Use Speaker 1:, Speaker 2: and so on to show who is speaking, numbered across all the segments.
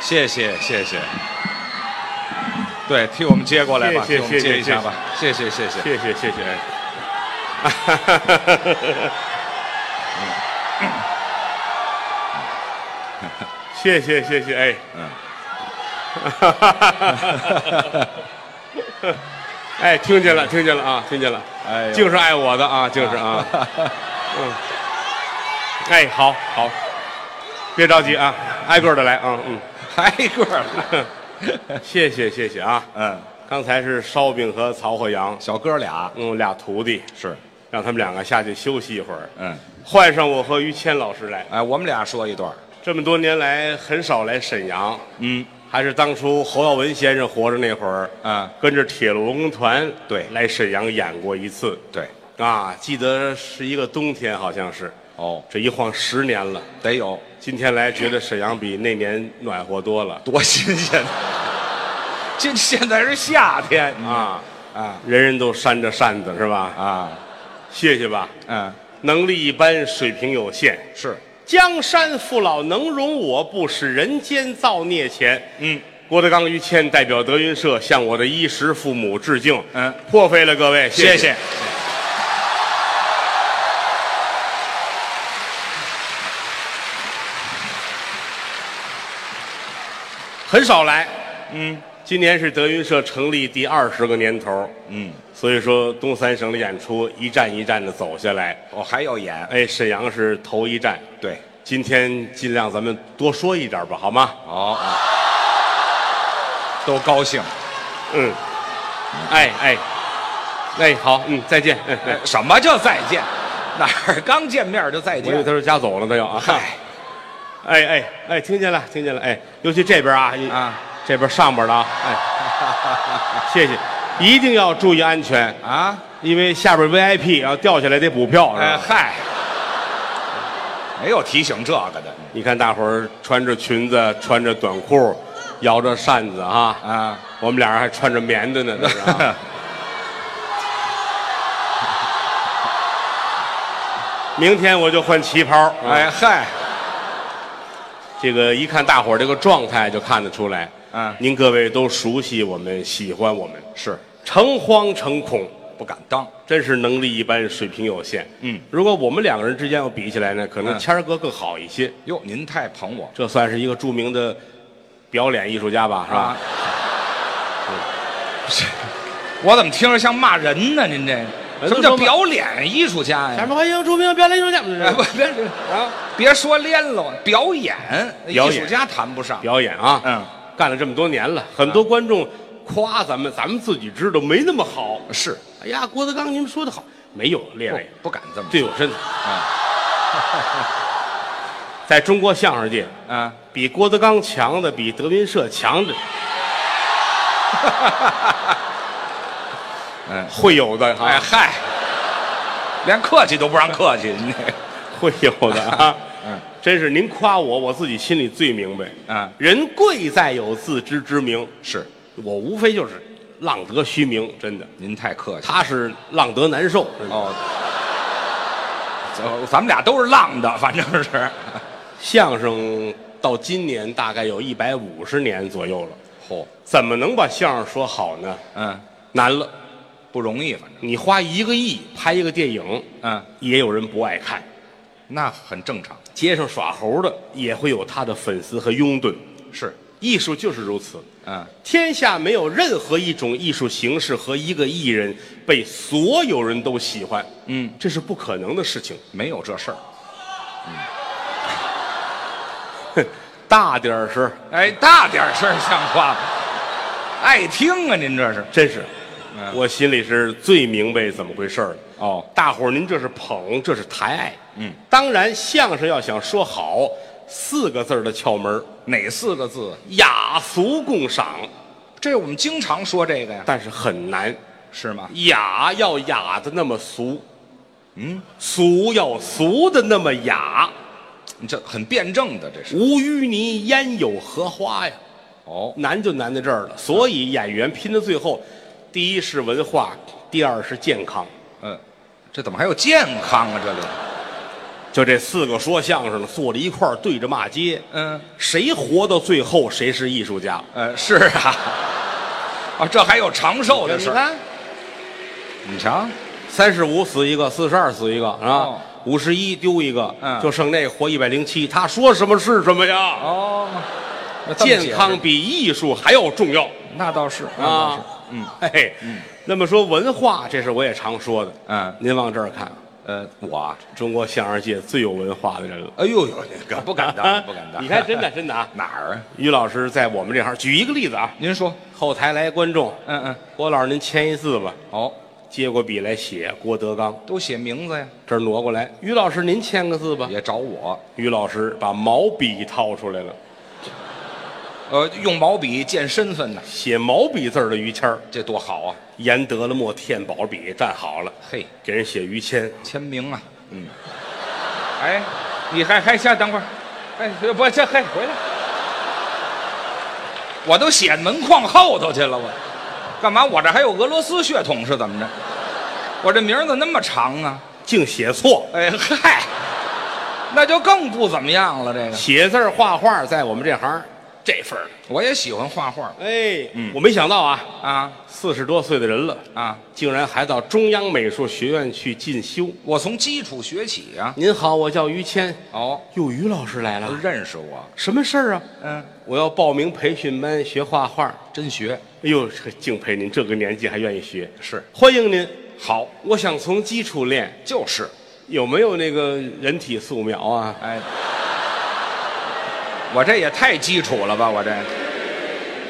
Speaker 1: 谢谢谢谢。对，替我们接过来吧，
Speaker 2: 谢谢
Speaker 1: 替我们
Speaker 2: 谢谢
Speaker 1: 接一下吧，谢谢谢谢。
Speaker 2: 谢谢谢谢。哎谢谢谢谢哎，嗯，哎，听见了听见了啊，听见了，
Speaker 1: 哎呦
Speaker 2: 净是爱我的啊，净是啊，嗯，哎，好好，别着急啊，挨个的来啊，嗯，
Speaker 1: 挨个儿来，
Speaker 2: 谢谢谢谢啊，
Speaker 1: 嗯，
Speaker 2: 刚才是烧饼和曹鹤阳，
Speaker 1: 小哥俩
Speaker 2: 嗯，俩徒弟，
Speaker 1: 是，
Speaker 2: 让他们两个下去休息一会儿，
Speaker 1: 嗯，
Speaker 2: 换上我和于谦老师来。
Speaker 1: 哎，我们俩说一段儿，
Speaker 2: 这么多年来很少来沈阳，
Speaker 1: 嗯，
Speaker 2: 还是当初侯耀文先生活着那会儿，
Speaker 1: 啊，
Speaker 2: 跟着铁路文工团
Speaker 1: 对
Speaker 2: 来沈阳演过一次，
Speaker 1: 对，
Speaker 2: 啊，记得是一个冬天，好像是，
Speaker 1: 哦，
Speaker 2: 这一晃十年了。
Speaker 1: 得有
Speaker 2: 今天来觉得沈阳比那年暖和多了
Speaker 1: 多新鲜！这现在是夏天
Speaker 2: 啊，
Speaker 1: 啊
Speaker 2: 人人都扇着扇子是吧？
Speaker 1: 啊，
Speaker 2: 谢谢吧，
Speaker 1: 嗯，
Speaker 2: 能力一般，水平有限，
Speaker 1: 是，
Speaker 2: 江山父老能容我，不使人间造孽钱。
Speaker 1: 嗯，
Speaker 2: 郭德纲、于谦代表德云社向我的衣食父母致敬。
Speaker 1: 嗯，
Speaker 2: 破费了各位，
Speaker 1: 谢
Speaker 2: 谢
Speaker 1: 谢。。
Speaker 2: 很少来，
Speaker 1: 嗯
Speaker 2: 今年是德云社成立第二十个年头，
Speaker 1: 嗯，
Speaker 2: 所以说东三省的演出一站一站的走下来。
Speaker 1: 我哦还要演，
Speaker 2: 哎，沈阳是头一站，
Speaker 1: 对，
Speaker 2: 今天尽量咱们多说一点吧，好吗？
Speaker 1: 好、啊，都高兴。
Speaker 2: 嗯，哎哎，哎，好，嗯，再见。嗯，哎
Speaker 1: 哎什么叫再见？哪儿刚见面就再
Speaker 2: 我以为
Speaker 1: 见
Speaker 2: 他？说家走了，他要啊。
Speaker 1: 嗨，
Speaker 2: 哎哎哎，听见了，听见了，哎，尤其这边啊，你
Speaker 1: 啊，
Speaker 2: 这边上边的啊， 哎，谢谢，一定要注意安全，
Speaker 1: 啊，
Speaker 2: 因为下边 VIP 要掉下来得补票，是
Speaker 1: 哎
Speaker 2: 吧？
Speaker 1: 嗨， 没有提醒这个的
Speaker 2: 你看大伙儿穿着裙子，穿着短裤，摇着扇子啊，
Speaker 1: 啊。
Speaker 2: 我们俩人还穿着棉的呢，那是啊明天我就换旗袍，哎
Speaker 1: 哎，嗨，
Speaker 2: 这个一看大伙儿这个状态就看得出来，
Speaker 1: 嗯
Speaker 2: 您各位都熟悉我们，喜欢我们，
Speaker 1: 是
Speaker 2: 诚惶诚恐。
Speaker 1: 不敢当。
Speaker 2: 真是能力一般，水平有限。
Speaker 1: 嗯，
Speaker 2: 如果我们两个人之间要比起来呢，可能
Speaker 1: 嗯
Speaker 2: 谦儿哥更好一些。
Speaker 1: 哟，您太捧我
Speaker 2: 这算是一个著名的表演艺术家吧，是吧？
Speaker 1: 啊！我怎么听着像骂人呢？您这
Speaker 2: 哎
Speaker 1: 什么
Speaker 2: 都
Speaker 1: 叫
Speaker 2: 说嘛
Speaker 1: 表演啊艺术家呀？
Speaker 2: 咱们欢迎著名的表演艺术家。
Speaker 1: 哎，不别别
Speaker 2: 啊，
Speaker 1: 别说连了，表演
Speaker 2: 表
Speaker 1: 艺
Speaker 2: 演
Speaker 1: 术家谈不上。
Speaker 2: 表演啊，
Speaker 1: 嗯，
Speaker 2: 干了这么多年了，很多观众夸咱们，咱们自己知道没那么好。
Speaker 1: 是
Speaker 2: 哎呀，郭德纲，您说的好，没有列
Speaker 1: 不
Speaker 2: 位
Speaker 1: 不敢这么
Speaker 2: 对我真的，
Speaker 1: 啊
Speaker 2: 在中国相声界，
Speaker 1: 啊！
Speaker 2: 比郭德纲强的，比德云社强 的，
Speaker 1: 嗯
Speaker 2: 会有的哈、
Speaker 1: 哎嗨，连客气都不让客气，您这
Speaker 2: 会有 的啊。
Speaker 1: 嗯，
Speaker 2: 真是您夸我，我自己心里最明白。
Speaker 1: 嗯
Speaker 2: 人贵在有自知之明，
Speaker 1: 是
Speaker 2: 我无非就是浪得虚名，真的。
Speaker 1: 您太客气了
Speaker 2: 他是浪得难受，真的
Speaker 1: 哦。走咱们俩都是浪的，反正是。
Speaker 2: 相声到今年大概有一百五十年左右了，
Speaker 1: 嚯、
Speaker 2: 怎么能把相声说好呢？
Speaker 1: 嗯，
Speaker 2: 难了，
Speaker 1: 不容易，反正
Speaker 2: 你花一个亿拍一个电影，啊
Speaker 1: 嗯，
Speaker 2: 也有人不爱看；
Speaker 1: 那很正常。
Speaker 2: 街上耍猴的也会有他的粉丝和拥趸。
Speaker 1: 是，
Speaker 2: 艺术就是如此，
Speaker 1: 嗯，
Speaker 2: 天下没有任何一种艺术形式和一个艺人被所有人都喜欢，
Speaker 1: 嗯，
Speaker 2: 这是不可能的事情。
Speaker 1: 没有这事儿。
Speaker 2: 大点儿声，
Speaker 1: 哎，大点声儿像话吗？爱听啊，您这是。
Speaker 2: 真是，
Speaker 1: 嗯
Speaker 2: 我心里是最明白怎么回事儿了。
Speaker 1: 哦，
Speaker 2: 大伙儿您这是捧，这是抬爱。
Speaker 1: 嗯，
Speaker 2: 当然，相声要想说好，四个字儿的窍门儿
Speaker 1: 哪四个字？
Speaker 2: 雅俗共赏，
Speaker 1: 这我们经常说这个呀，
Speaker 2: 但是很难。
Speaker 1: 是吗？
Speaker 2: 雅要雅的那么俗，嗯，俗要俗的那么雅。
Speaker 1: 你这很辩证的，这是。
Speaker 2: 无淤泥焉有荷花呀？
Speaker 1: 哦，
Speaker 2: 难就难在这儿了。所以演员拼到最后，第一是文化，第二是健康。
Speaker 1: 嗯，这怎么还有健康啊？这里
Speaker 2: 就这四个说相声的坐在一块儿对着骂街，
Speaker 1: 嗯，
Speaker 2: 谁活到最后谁是艺术家。
Speaker 1: 呃，是啊，啊，这还有长寿的
Speaker 2: 你
Speaker 1: 事儿，
Speaker 2: 看，
Speaker 1: 你瞧，
Speaker 2: 三十五死一个，四十二死一个啊
Speaker 1: 哦，
Speaker 2: 五十一丢一个，
Speaker 1: 嗯
Speaker 2: 就剩那个活一百零七，他说什么是什么呀？
Speaker 1: 哦，那这么解释
Speaker 2: 健康比艺术还要重要
Speaker 1: 那倒是，那倒是
Speaker 2: 啊，！
Speaker 1: 嗯，
Speaker 2: 嘿嘿，那么说文化，这是我也常说的。
Speaker 1: 嗯
Speaker 2: 您往这儿看，
Speaker 1: 呃，
Speaker 2: 我啊中国相声界最有文化的人了。
Speaker 1: 哎呦呦，你可不敢
Speaker 2: 啊
Speaker 1: 当，不敢当，，
Speaker 2: 你看，真的真的啊
Speaker 1: 哪儿啊？
Speaker 2: 于老师在我们这行，举一个例子啊，
Speaker 1: 您说，
Speaker 2: 后台来观众，
Speaker 1: 嗯嗯，
Speaker 2: 郭老师您签一字吧，
Speaker 1: 哦，
Speaker 2: 接过笔来写郭德纲，
Speaker 1: 都写名字呀，
Speaker 2: 这儿挪过来，于老师您签个字吧。
Speaker 1: 也找我，
Speaker 2: 于老师把毛笔掏出来了，
Speaker 1: 呃，用毛笔见身份呢，
Speaker 2: 写毛笔字儿的于谦儿，
Speaker 1: 这多好啊！
Speaker 2: 研得了墨，添宝笔，站好了，
Speaker 1: 嘿，
Speaker 2: 给人写于谦。
Speaker 1: 签名啊，嗯，哎，你还还先等会儿，哎，不，这嘿回来，我都写门框后头去了，我干嘛？我这还有俄罗斯血统是怎么着？我这名字那么长啊？
Speaker 2: 竟写错，
Speaker 1: 哎嗨，那就更不怎么样了。这个
Speaker 2: 写字儿画画在我们这行这份儿。
Speaker 1: 我也喜欢画画
Speaker 2: 哎，我没想到啊，
Speaker 1: 啊
Speaker 2: 四十多岁的人了，
Speaker 1: 嗯啊，
Speaker 2: 竟然还到中央美术学院去进修。
Speaker 1: 我从基础学起啊。
Speaker 2: 您好，我叫于谦。
Speaker 1: 哦，
Speaker 2: 哟，于老师来了，
Speaker 1: 认识我，
Speaker 2: 什么事儿啊？
Speaker 1: 嗯，
Speaker 2: 我要报名培训班学画画。
Speaker 1: 真学
Speaker 2: 哎呦，这敬佩您这个年纪还愿意学，
Speaker 1: 是
Speaker 2: 欢迎您。好，我想从基础练。
Speaker 1: 就是
Speaker 2: 有没有那个人体素描啊？
Speaker 1: 哎。我这也太基础了吧！我这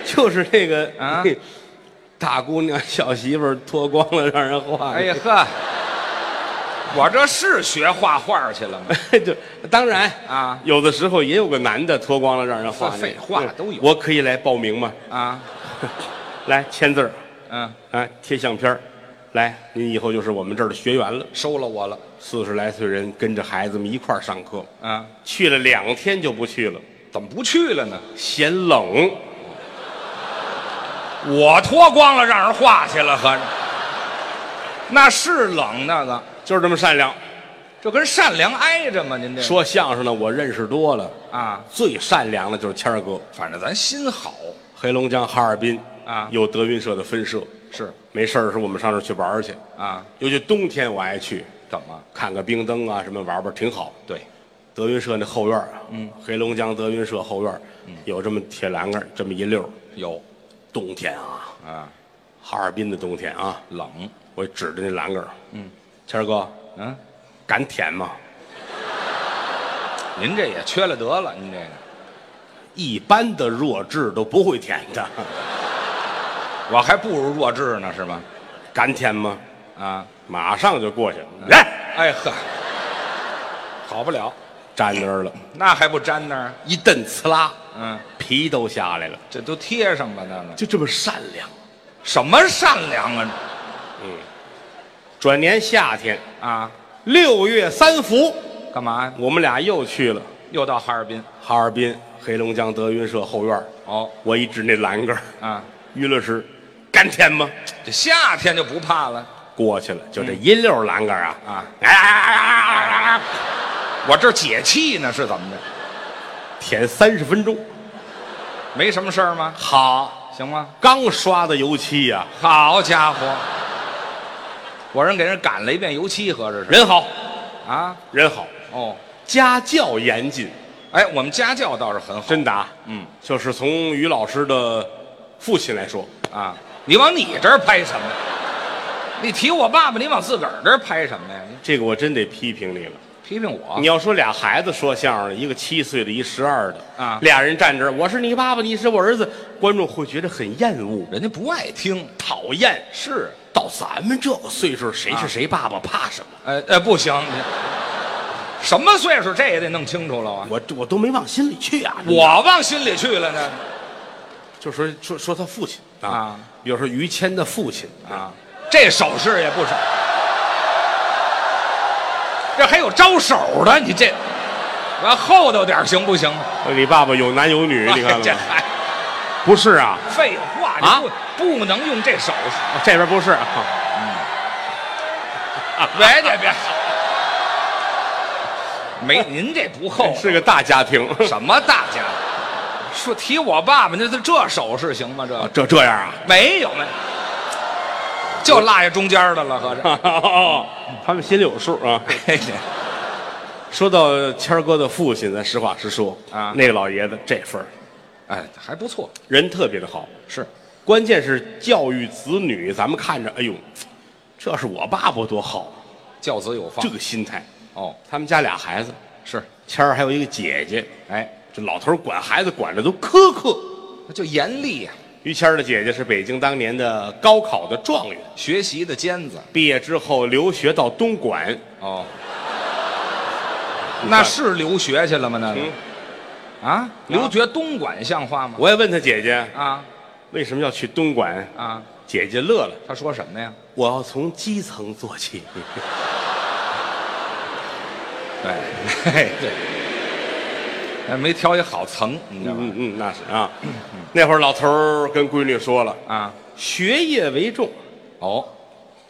Speaker 2: 就是那个
Speaker 1: 啊
Speaker 2: 大姑娘、小媳妇儿脱光了让人画。
Speaker 1: 哎呀，呵，我这是学画画去了吗？
Speaker 2: 就当然
Speaker 1: 啊
Speaker 2: 有的时候也有个男的脱光了让人画那个。
Speaker 1: 废话
Speaker 2: 嗯
Speaker 1: 都有
Speaker 2: 我可以来报名吗？
Speaker 1: 啊，
Speaker 2: 来签字儿，
Speaker 1: 嗯，
Speaker 2: 啊，贴相片儿来，您以后就是我们这儿的学员了。
Speaker 1: 收了我了，
Speaker 2: 四十来岁人跟着孩子们一块儿上课，
Speaker 1: 啊，
Speaker 2: 去了两天就不去了，
Speaker 1: 怎么不去了呢？
Speaker 2: 嫌冷。
Speaker 1: 我脱光了让人画去了，合着那是冷那个，
Speaker 2: 就是这么善良。
Speaker 1: 这跟善良挨着吗？您这
Speaker 2: 说相声的我认识多了，
Speaker 1: 啊，
Speaker 2: 最善良的就是谦儿哥，
Speaker 1: 反正咱心好
Speaker 2: 黑龙江哈尔滨
Speaker 1: 啊
Speaker 2: 有德云社的分社。
Speaker 1: 是
Speaker 2: 没事儿的时候我们上那儿去玩儿去，
Speaker 1: 啊，
Speaker 2: 尤其冬天我爱去，
Speaker 1: 怎么
Speaker 2: 看看冰灯啊什么玩玩，挺好。
Speaker 1: 对？
Speaker 2: 德云社那后院嗯，黑龙江德云社后院儿有这么铁栏杆儿，这么一溜儿
Speaker 1: 有
Speaker 2: 冬天啊，
Speaker 1: 啊，
Speaker 2: 哈尔滨的冬天啊，
Speaker 1: 冷，
Speaker 2: 我指着那栏杆嗯，谦儿哥
Speaker 1: 嗯、
Speaker 2: 敢舔吗？
Speaker 1: 您这也缺了德了，您这个，
Speaker 2: 一般的弱智都不会舔的，
Speaker 1: 我还不如弱智呢，是吗？
Speaker 2: 敢舔吗？
Speaker 1: 啊，
Speaker 2: 马上就过去了，来，
Speaker 1: 哎呵，好不了，
Speaker 2: 站那儿了，
Speaker 1: 那还不粘那儿？
Speaker 2: 一蹬呲啦，
Speaker 1: 嗯，
Speaker 2: 皮都下来了，
Speaker 1: 这都贴上吧，那个
Speaker 2: 就这么善良。
Speaker 1: 什么善良啊
Speaker 2: 转年夏天，
Speaker 1: 啊，
Speaker 2: 六月三伏，
Speaker 1: 干嘛呀？
Speaker 2: 我们俩又去了
Speaker 1: 又到哈尔滨
Speaker 2: 哈尔滨黑龙江德云社后院儿
Speaker 1: 哦
Speaker 2: 我一指那栏杆儿
Speaker 1: 啊，
Speaker 2: 于老师，敢舔吗？
Speaker 1: 这夏天就不怕了。
Speaker 2: 过去了，就这一溜栏杆嗯啊
Speaker 1: 啊！
Speaker 2: 哎呀呀呀呀呀呀！
Speaker 1: 我这解气呢，是怎么着？
Speaker 2: 舔三十分钟，
Speaker 1: 没什么事儿吗？
Speaker 2: 好，
Speaker 1: 行吗？
Speaker 2: 刚刷的油漆呀、
Speaker 1: 好家伙，我人给人赶了一遍油漆，合着是
Speaker 2: 人好，
Speaker 1: 啊？
Speaker 2: 人好，
Speaker 1: 哦，
Speaker 2: 家教严谨，
Speaker 1: 哎，我们家教倒是很好
Speaker 2: 真的啊。嗯，就是从于老师的父亲来说，
Speaker 1: 啊。你往你这儿拍什么？你提我爸爸，你往自个儿这儿拍什么呀？你
Speaker 2: 这个我真得批评你了。
Speaker 1: 批评我
Speaker 2: 你要说俩孩子说相声，一个七岁的，一十二的
Speaker 1: 啊
Speaker 2: 俩人站这儿，我是你爸爸，你是我儿子，观众会觉得很厌恶、
Speaker 1: 人家不爱听。
Speaker 2: 讨厌。
Speaker 1: 是，
Speaker 2: 到咱们这个岁数，谁是谁爸爸，怕什么？
Speaker 1: 呃呃，不行，什么岁数这也得弄清楚了啊！
Speaker 2: 我我都没往心里去啊！我
Speaker 1: 我往心里去了呢
Speaker 2: 就说说说他父亲啊
Speaker 1: 啊，
Speaker 2: 比如说于谦的父亲
Speaker 1: 啊，这手势也不少，这还有招手的，你这完后头点儿行不行？
Speaker 2: 你爸爸有男有女，你看
Speaker 1: 啊 这
Speaker 2: 了吗？
Speaker 1: 还
Speaker 2: 不是啊，
Speaker 1: 废话，
Speaker 2: 啊
Speaker 1: 你不不能用这手势，
Speaker 2: 这边不是啊，
Speaker 1: 别别别，没您这不厚道，
Speaker 2: 是个大家庭。
Speaker 1: 什么大家？说提我爸爸，那这这手势行吗？这
Speaker 2: 啊这这样啊？
Speaker 1: 没有没有，就落下中间的了，合 着。
Speaker 2: 哦，他们心里有数啊。
Speaker 1: 嘿嘿
Speaker 2: 说到谦儿哥的父亲，咱实话实说
Speaker 1: 啊
Speaker 2: 那个老爷子这份儿
Speaker 1: 哎，还不错，
Speaker 2: 人特别的好，
Speaker 1: 是
Speaker 2: 关键是教育子女，咱们看着，哎呦，这要是我爸爸多好，
Speaker 1: 教子有方
Speaker 2: 这。个心态。
Speaker 1: 哦，
Speaker 2: 他们家俩孩子，
Speaker 1: 是，
Speaker 2: 谦儿还有一个姐姐，
Speaker 1: 哎，
Speaker 2: 这老头儿管孩子管的都苛刻。
Speaker 1: 那就严厉啊呀，
Speaker 2: 于谦儿的姐姐是北京当年的高考的状元，
Speaker 1: 学习的尖子。
Speaker 2: 毕业之后留学到东莞，
Speaker 1: 哦，那是留学去了吗？那个
Speaker 2: 嗯
Speaker 1: 啊，留学东莞像话吗？
Speaker 2: 我也问他姐姐
Speaker 1: 啊
Speaker 2: 为什么要去东莞，
Speaker 1: 啊，
Speaker 2: 姐姐乐了，
Speaker 1: 他说什么呀？
Speaker 2: 我要从基层做起。
Speaker 1: 对，嘿对，哎没挑一好层，你知道
Speaker 2: 嗯
Speaker 1: 吗？
Speaker 2: 嗯，那是啊。 那会儿老头儿跟闺女说了，
Speaker 1: 啊，
Speaker 2: 学业为重，
Speaker 1: 哦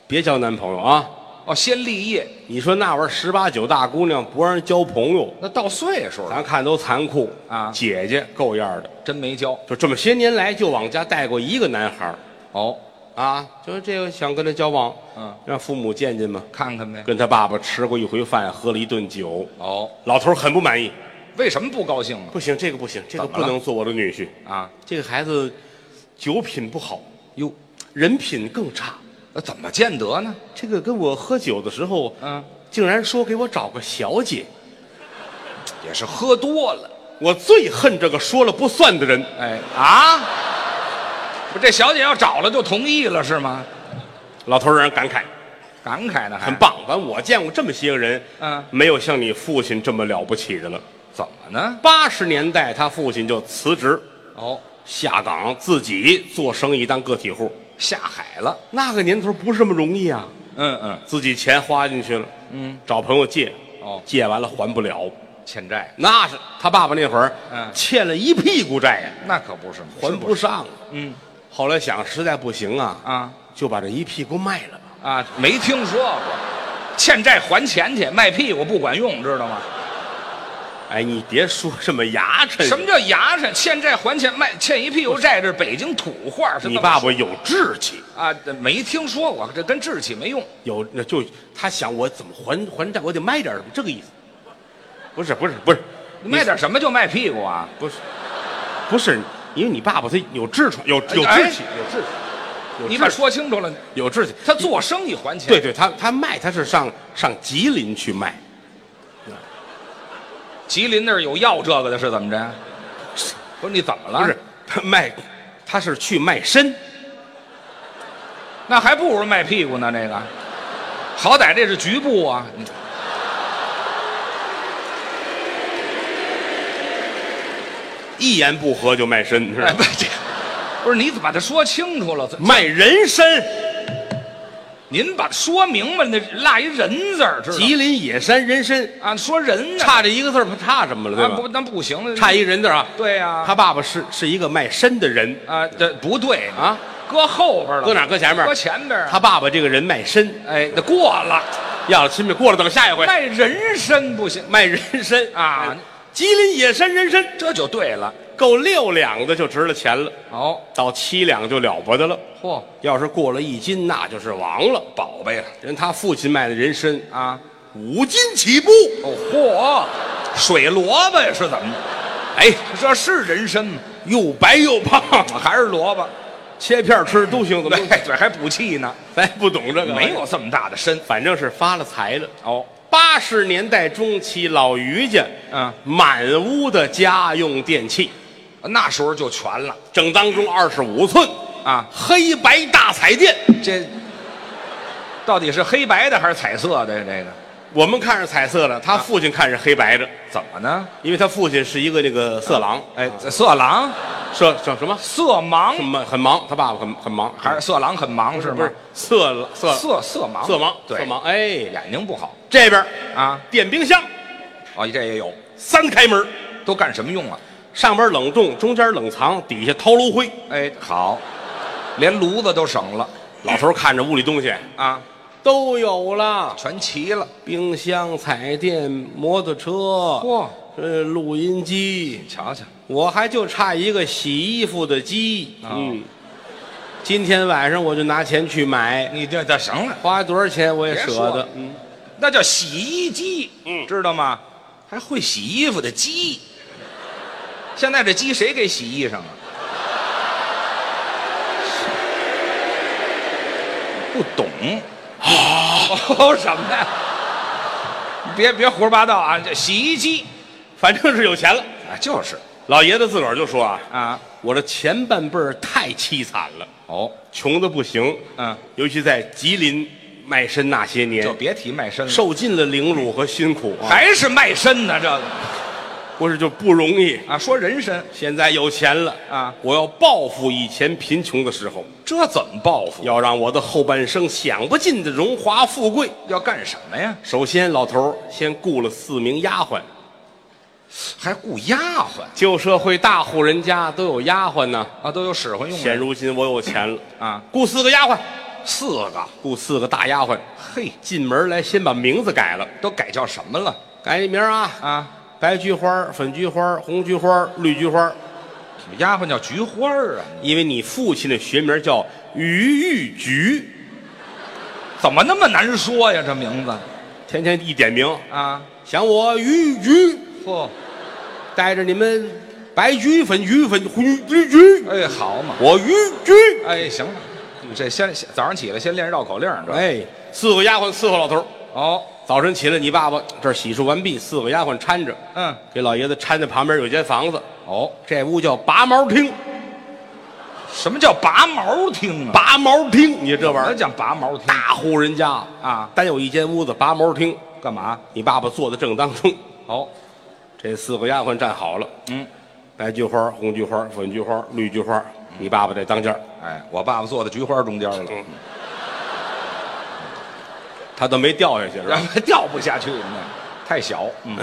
Speaker 2: 别交男朋友啊。
Speaker 1: 哦，先立业，
Speaker 2: 你说那玩意儿十八九大姑娘不让人交朋友，
Speaker 1: 那到岁数了，
Speaker 2: 咱看都残酷
Speaker 1: 啊
Speaker 2: 姐姐够样儿的，
Speaker 1: 真没教。
Speaker 2: 就这么些年来就往家带过一个男孩儿
Speaker 1: 哦，
Speaker 2: 啊，就是这个想跟他交往，
Speaker 1: 嗯，
Speaker 2: 让父母见见嘛。
Speaker 1: 看看呗。
Speaker 2: 跟他爸爸吃过一回饭，喝了一顿酒，
Speaker 1: 哦，
Speaker 2: 老头儿很不满意，
Speaker 1: 为什么不高兴啊？
Speaker 2: 不行，这个不行，这个
Speaker 1: 怎么
Speaker 2: 不
Speaker 1: 了
Speaker 2: 能做我的女婿，
Speaker 1: 啊，
Speaker 2: 这个孩子酒品不好，
Speaker 1: 哟，
Speaker 2: 人品更差。
Speaker 1: 那怎么见得呢？
Speaker 2: 这个跟我喝酒的时候，
Speaker 1: 嗯，
Speaker 2: 竟然说给我找个小姐，
Speaker 1: 也是喝多了。
Speaker 2: 我最恨这个说了不算的人。
Speaker 1: 哎啊，不，这小姐要找了就同意了是吗？
Speaker 2: 老头儿让人感慨，
Speaker 1: 感慨呢还，
Speaker 2: 很棒。反正我见过这么些个人，
Speaker 1: 嗯
Speaker 2: 没有像你父亲这么了不起的了。
Speaker 1: 怎么呢？
Speaker 2: 八十年代，他父亲就辞职
Speaker 1: 哦，
Speaker 2: 下岗，自己做生意当个体户。
Speaker 1: 下海了。
Speaker 2: 那个年头不是这么容易啊，
Speaker 1: 嗯嗯，
Speaker 2: 自己钱花进去了，
Speaker 1: 嗯，
Speaker 2: 找朋友借，
Speaker 1: 哦
Speaker 2: 借完了还不了，
Speaker 1: 欠债
Speaker 2: 那是他爸爸那会儿，
Speaker 1: 嗯
Speaker 2: 欠了一屁股债啊呀，
Speaker 1: 那可不是嘛
Speaker 2: 还不上啊。
Speaker 1: 嗯
Speaker 2: 后来想，实在不行啊，
Speaker 1: 啊
Speaker 2: 就把这一屁股卖了吧。
Speaker 1: 啊，没听说过，欠债还钱去，卖屁股不管用，知道吗？
Speaker 2: 哎，你别说这么牙碜，
Speaker 1: 什么叫牙碜？欠债还钱，卖欠一屁股债，这是北京土话是
Speaker 2: 你
Speaker 1: 那么
Speaker 2: 爸
Speaker 1: 说
Speaker 2: 爸有志气，
Speaker 1: 啊？这没听说过，这跟志气没用。
Speaker 2: 有那就他想我怎么还还债，我得卖点什么，这个意思。不是不是不是
Speaker 1: 你卖点什么就卖屁股啊？
Speaker 2: 不是不是，因为你爸爸他有痔疮，有有
Speaker 1: 哎
Speaker 2: 志气，有志气，有
Speaker 1: 你可
Speaker 2: 志气
Speaker 1: 说清楚了，
Speaker 2: 有志气。
Speaker 1: 他做生意还钱。
Speaker 2: 对对，他他卖他是上上吉林去卖，
Speaker 1: 吉林那儿有要这个的，是怎么着？不是你怎么了？
Speaker 2: 不是，他卖他是去卖身，
Speaker 1: 那还不如卖屁股呢。这个，好歹这是局部啊。你
Speaker 2: 一言不合就卖身，是
Speaker 1: 哎，
Speaker 2: 吧？
Speaker 1: 不这，不是你把它说清楚了，
Speaker 2: 卖人参，
Speaker 1: 您把它说明白了，那落一人字儿，知道吗
Speaker 2: 吉林野山人参，
Speaker 1: 啊？说人呢？
Speaker 2: 差这一个字儿不差什么了，对
Speaker 1: 啊
Speaker 2: 吧？
Speaker 1: 不，那不行了，
Speaker 2: 差一个人字啊。
Speaker 1: 对呀、
Speaker 2: 他爸爸是是一个卖身的人
Speaker 1: 啊，这不对，
Speaker 2: 啊，
Speaker 1: 搁后边了，
Speaker 2: 搁哪儿搁前面
Speaker 1: 搁前边儿啊。
Speaker 2: 他爸爸这个人卖身，
Speaker 1: 哎，那过了，
Speaker 2: 要了亲命过了，等下一 回
Speaker 1: 卖人参不行，
Speaker 2: 卖人参
Speaker 1: 啊
Speaker 2: 哎吉林野山人参
Speaker 1: 这就对了。
Speaker 2: 够六两的就值了钱了，
Speaker 1: 哦，
Speaker 2: 到七两就了不得了。
Speaker 1: 嚯，
Speaker 2: 要是过了一斤，那就是王了，宝贝了。人他父亲卖的人参
Speaker 1: 啊，
Speaker 2: 五斤起步，
Speaker 1: 哦嚯，水萝卜呀是怎么着？
Speaker 2: 哎，
Speaker 1: 这是人参吗？
Speaker 2: 又白又胖，
Speaker 1: 还是萝卜？
Speaker 2: 切片吃都行，怎么
Speaker 1: 对对，还补气呢，
Speaker 2: 咱也不懂这个？
Speaker 1: 没有，这么大的参。
Speaker 2: 反正是发了财了。
Speaker 1: 哦，
Speaker 2: 八十年代中期，老于家，
Speaker 1: 嗯
Speaker 2: 满屋的家用电器，
Speaker 1: 那时候就全了
Speaker 2: 正当中二十五寸，
Speaker 1: 啊。
Speaker 2: 黑白大彩电。
Speaker 1: 这到底是黑白的还是彩色的呀？这个
Speaker 2: 我们看是彩色的，他父亲看是黑白的，
Speaker 1: 啊怎么呢？
Speaker 2: 因为他父亲是一个那个色狼，
Speaker 1: 哎，这色狼、
Speaker 2: 色什什么
Speaker 1: 色
Speaker 2: 很
Speaker 1: 盲
Speaker 2: 忙很忙，他爸爸很很忙，嗯
Speaker 1: 还是色狼很忙是
Speaker 2: 不
Speaker 1: 吗
Speaker 2: 是？色狼色
Speaker 1: 色
Speaker 2: 色
Speaker 1: 色盲，
Speaker 2: 呃色盲色
Speaker 1: 对，
Speaker 2: 盲？哎，
Speaker 1: 眼睛不好
Speaker 2: 这边
Speaker 1: 啊。
Speaker 2: 电冰箱
Speaker 1: 哦，这也有，
Speaker 2: 三开门，
Speaker 1: 都干什么用啊？
Speaker 2: 上边冷冻，中间冷藏，底下掏炉灰。
Speaker 1: 哎，好，连炉子都省了
Speaker 2: 老头看着屋里东西，
Speaker 1: 啊。
Speaker 2: 都有了，
Speaker 1: 全齐了。
Speaker 2: 冰箱、彩电、摩托车，
Speaker 1: 嚯，
Speaker 2: 呃，录音机，
Speaker 1: 瞧瞧，
Speaker 2: 我还就差一个洗衣服的机。
Speaker 1: 哦
Speaker 2: 嗯，今天晚上我就拿钱去买，
Speaker 1: 你这这行了，
Speaker 2: 花多少钱我也
Speaker 1: 别
Speaker 2: 舍
Speaker 1: 说
Speaker 2: 得
Speaker 1: 了。
Speaker 2: 嗯，
Speaker 1: 那叫洗衣机，
Speaker 2: 嗯
Speaker 1: 知道吗？还会洗衣服的机。现在这鸡谁给洗衣裳啊？不懂，啊哦什么呀？别别胡说八道啊！这洗衣机
Speaker 2: 反正是有钱了。
Speaker 1: 啊，就是
Speaker 2: 老爷子自个儿就说啊，
Speaker 1: 啊，
Speaker 2: 我这前半辈儿太凄惨了，
Speaker 1: 哦，
Speaker 2: 穷的不行。
Speaker 1: 嗯，
Speaker 2: 尤其在吉林卖身那些
Speaker 1: 就
Speaker 2: 年，
Speaker 1: 别提卖身了，
Speaker 2: 受尽了凌辱和辛苦啊，
Speaker 1: 还是卖身呢？这个
Speaker 2: 不是就不容易。
Speaker 1: 啊，说人参
Speaker 2: 现在有钱了
Speaker 1: 啊，
Speaker 2: 我要报复以前贫穷的时候，
Speaker 1: 这怎么报复？
Speaker 2: 要让我的后半生享不尽的荣华富贵。
Speaker 1: 要干什么呀？
Speaker 2: 首先，老头儿先雇了四名丫鬟，
Speaker 1: 还雇丫鬟
Speaker 2: 旧社会大户人家都有丫鬟呢。
Speaker 1: 啊，都有使唤用
Speaker 2: 现
Speaker 1: 人
Speaker 2: 如今我有钱了，
Speaker 1: 啊，
Speaker 2: 雇四个丫鬟，
Speaker 1: 四个，
Speaker 2: 雇四个大丫鬟，
Speaker 1: 嘿，
Speaker 2: 进门来先把名字改了，
Speaker 1: 都改叫什么了
Speaker 2: 改一名啊，
Speaker 1: 啊？
Speaker 2: 白菊花、粉菊花、红菊花、绿菊花，
Speaker 1: 丫鬟叫菊花儿啊，
Speaker 2: 因为你父亲的学名叫于玉菊，
Speaker 1: 怎么那么难说呀？这名字
Speaker 2: 天天一点名，
Speaker 1: 啊，
Speaker 2: 想我于玉菊，
Speaker 1: 嚯，
Speaker 2: 带着你们白菊、粉菊、粉红菊菊，
Speaker 1: 哎，好嘛，
Speaker 2: 我于菊。
Speaker 1: 哎，行了，你这先先早上起来先练绕口令儿，这
Speaker 2: 哎，四个丫鬟伺候老头儿。
Speaker 1: 哦，
Speaker 2: 早晨起来，你爸爸这儿洗漱完毕，四个丫鬟搀着，
Speaker 1: 嗯，
Speaker 2: 给老爷子搀着旁边有间房子，
Speaker 1: 哦，
Speaker 2: 这屋叫拔毛厅。
Speaker 1: 什么叫拔毛听啊？
Speaker 2: 拔毛厅，你这玩意
Speaker 1: 我
Speaker 2: 儿，
Speaker 1: 讲拔毛听
Speaker 2: 大户人家
Speaker 1: 哎啊
Speaker 2: 单有一间屋子拔毛厅，
Speaker 1: 干嘛？
Speaker 2: 你爸爸坐在正当中，
Speaker 1: 哦，
Speaker 2: 这四个丫鬟站好了，
Speaker 1: 嗯，
Speaker 2: 白菊花、红菊花、粉菊花、绿菊花，你爸爸在当间儿
Speaker 1: 哎，我爸爸坐在菊花中间了，
Speaker 2: 他都没掉下去是吧？
Speaker 1: 然后掉不下去，那太小，嗯，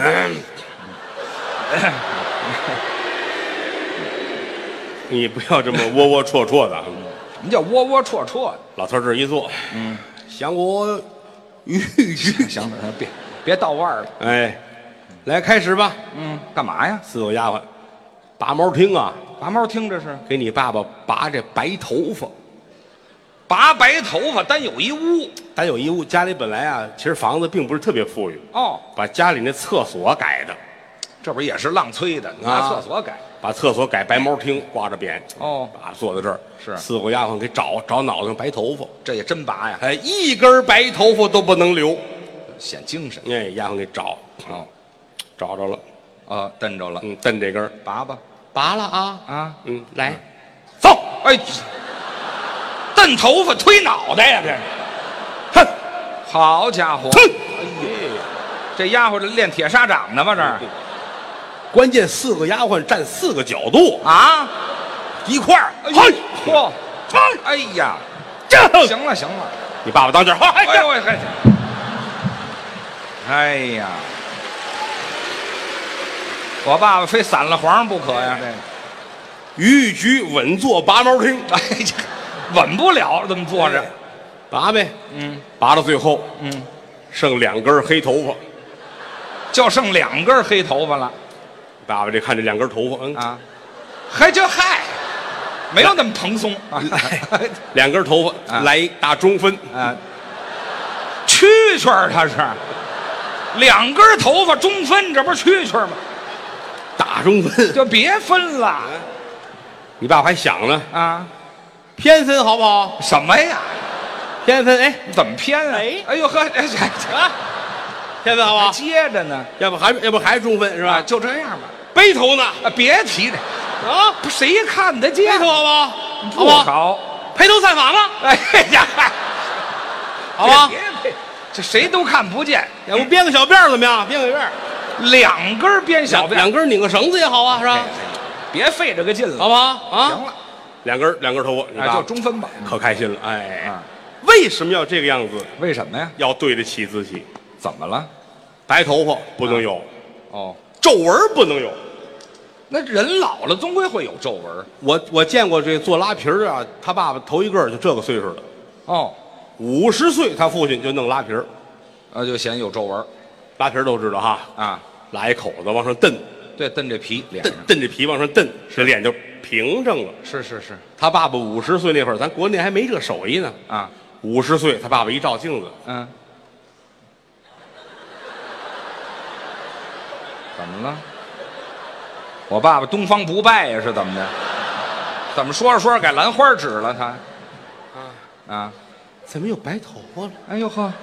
Speaker 2: 你不要这么窝窝戳戳的啊，
Speaker 1: 什么叫窝窝戳戳的？
Speaker 2: 老头儿这一坐，嗯，想我郁 郁，
Speaker 1: 行了，别别倒腕儿了。
Speaker 2: 哎，来开始吧，
Speaker 1: 嗯，干嘛呀？
Speaker 2: 四个丫鬟，拔毛厅啊，
Speaker 1: 拔毛听这是
Speaker 2: 给你爸爸拔这白头发。
Speaker 1: 拔白头发，单有一屋
Speaker 2: 咱有一屋，家里本来啊，其实房子并不是特别富裕，
Speaker 1: 哦，
Speaker 2: 把家里那厕所改的，
Speaker 1: 这不也是浪催的，拿厕所改。
Speaker 2: 把厕所改白毛厅，挂着匾。
Speaker 1: 哦
Speaker 2: 啊，坐在这儿
Speaker 1: 是
Speaker 2: 四个丫鬟给找找脑袋上白头发，
Speaker 1: 这也真拔呀，
Speaker 2: 哎，一根白头发都不能留。
Speaker 1: 显精神
Speaker 2: 哎，丫鬟给找，
Speaker 1: 哦。
Speaker 2: 找着了，
Speaker 1: 啊，瞪着了，
Speaker 2: 嗯，蹬这根儿
Speaker 1: 拔吧
Speaker 2: 拔了啊，
Speaker 1: 啊！
Speaker 2: 嗯，来，走，
Speaker 1: 哎，蹬头发推脑袋呀，这
Speaker 2: 哼，
Speaker 1: 好家伙！哎
Speaker 2: 哼，
Speaker 1: 这家伙这练铁砂掌呢吗？这儿
Speaker 2: 关键四个丫鬟站四个角度
Speaker 1: 啊，
Speaker 2: 一块儿，
Speaker 1: 哎呦
Speaker 2: 嘿，
Speaker 1: 嚯，
Speaker 2: 嘿，
Speaker 1: 哎呀，
Speaker 2: 这，
Speaker 1: 行了行了。
Speaker 2: 你爸爸当家，哎
Speaker 1: 哎呦喂，嘿哎呀，我爸爸非散了黄不可呀！这
Speaker 2: 于玉菊稳坐拔毛厅，
Speaker 1: 个，哎呀， 稳不了，这么坐着
Speaker 2: 哎，拔呗，
Speaker 1: 嗯
Speaker 2: 拔到最后
Speaker 1: 嗯，
Speaker 2: 剩两根黑头发。
Speaker 1: 就剩两根黑头发了
Speaker 2: 爸爸这看这两根头发，嗯，
Speaker 1: 啊！还就嗨，没有那么蓬 松啊！
Speaker 2: 两根头发
Speaker 1: 啊
Speaker 2: 来一大中分，
Speaker 1: 啊，蛐蛐儿他是两根头发中分，这不是蛐蛐儿吗？
Speaker 2: 大中分。
Speaker 1: 就别分了
Speaker 2: 你爸爸还想呢，
Speaker 1: 啊！
Speaker 2: 偏分好不好？
Speaker 1: 什么呀？
Speaker 2: 偏分，哎，
Speaker 1: 怎么偏啊？
Speaker 2: 哎
Speaker 1: 哎呦呵，哎哎哎
Speaker 2: 偏分好不好？
Speaker 1: 接着呢，
Speaker 2: 要不还要不还中分是
Speaker 1: 哎啊，
Speaker 2: 吧？
Speaker 1: 就这样吧，
Speaker 2: 背头呢？
Speaker 1: 啊，别提了，
Speaker 2: 啊，
Speaker 1: 不谁看得见
Speaker 2: 背？头好不好？好
Speaker 1: 不
Speaker 2: 不好？
Speaker 1: 哎好，
Speaker 2: 披头散发呢？
Speaker 1: 哎呀，
Speaker 2: 好不好
Speaker 1: 别？别别这谁都看不见，
Speaker 2: 要不编个小辫儿怎么样？编个辫儿，
Speaker 1: 两根编小
Speaker 2: 两
Speaker 1: 辫，
Speaker 2: 两根拧个绳子也好啊，是吧
Speaker 1: 哎？别费这个劲了，
Speaker 2: 好不好？
Speaker 1: 行
Speaker 2: 啊，
Speaker 1: 了，
Speaker 2: 两根两根头发，你
Speaker 1: 啊，
Speaker 2: 爸
Speaker 1: 就
Speaker 2: 爸
Speaker 1: 中分哦吧。
Speaker 2: 可开心了，哎
Speaker 1: 啊，
Speaker 2: 为什么要这个样子？
Speaker 1: 为什么呀？
Speaker 2: 要对得起自己，
Speaker 1: 怎么了？
Speaker 2: 白头发啊不能有，
Speaker 1: 哦，
Speaker 2: 皱纹儿不能有。
Speaker 1: 那人老了终归会有皱纹儿。
Speaker 2: 我我见过这做拉皮儿的啊，他爸爸头一个就这个岁数的，
Speaker 1: 哦，
Speaker 2: 五十岁他父亲就弄拉皮儿，
Speaker 1: 啊，就显有皱纹儿
Speaker 2: 拉皮儿都知道哈，
Speaker 1: 啊，
Speaker 2: 拉一口子往上蹬，
Speaker 1: 对，蹬这皮脸
Speaker 2: 蹬
Speaker 1: 上，
Speaker 2: 蹬这皮往上蹬，这脸就平整了。
Speaker 1: 是是是，
Speaker 2: 他爸爸五十岁那会儿，咱国内还没这手艺呢。
Speaker 1: 啊，
Speaker 2: 五十岁，他爸爸一照镜子，
Speaker 1: 嗯，怎么了？我爸爸东方不败呀，是怎么的？怎么说着说着改兰花指了他？啊啊，
Speaker 2: 怎么有白头发了？
Speaker 1: 哎呦呵，
Speaker 2: 啊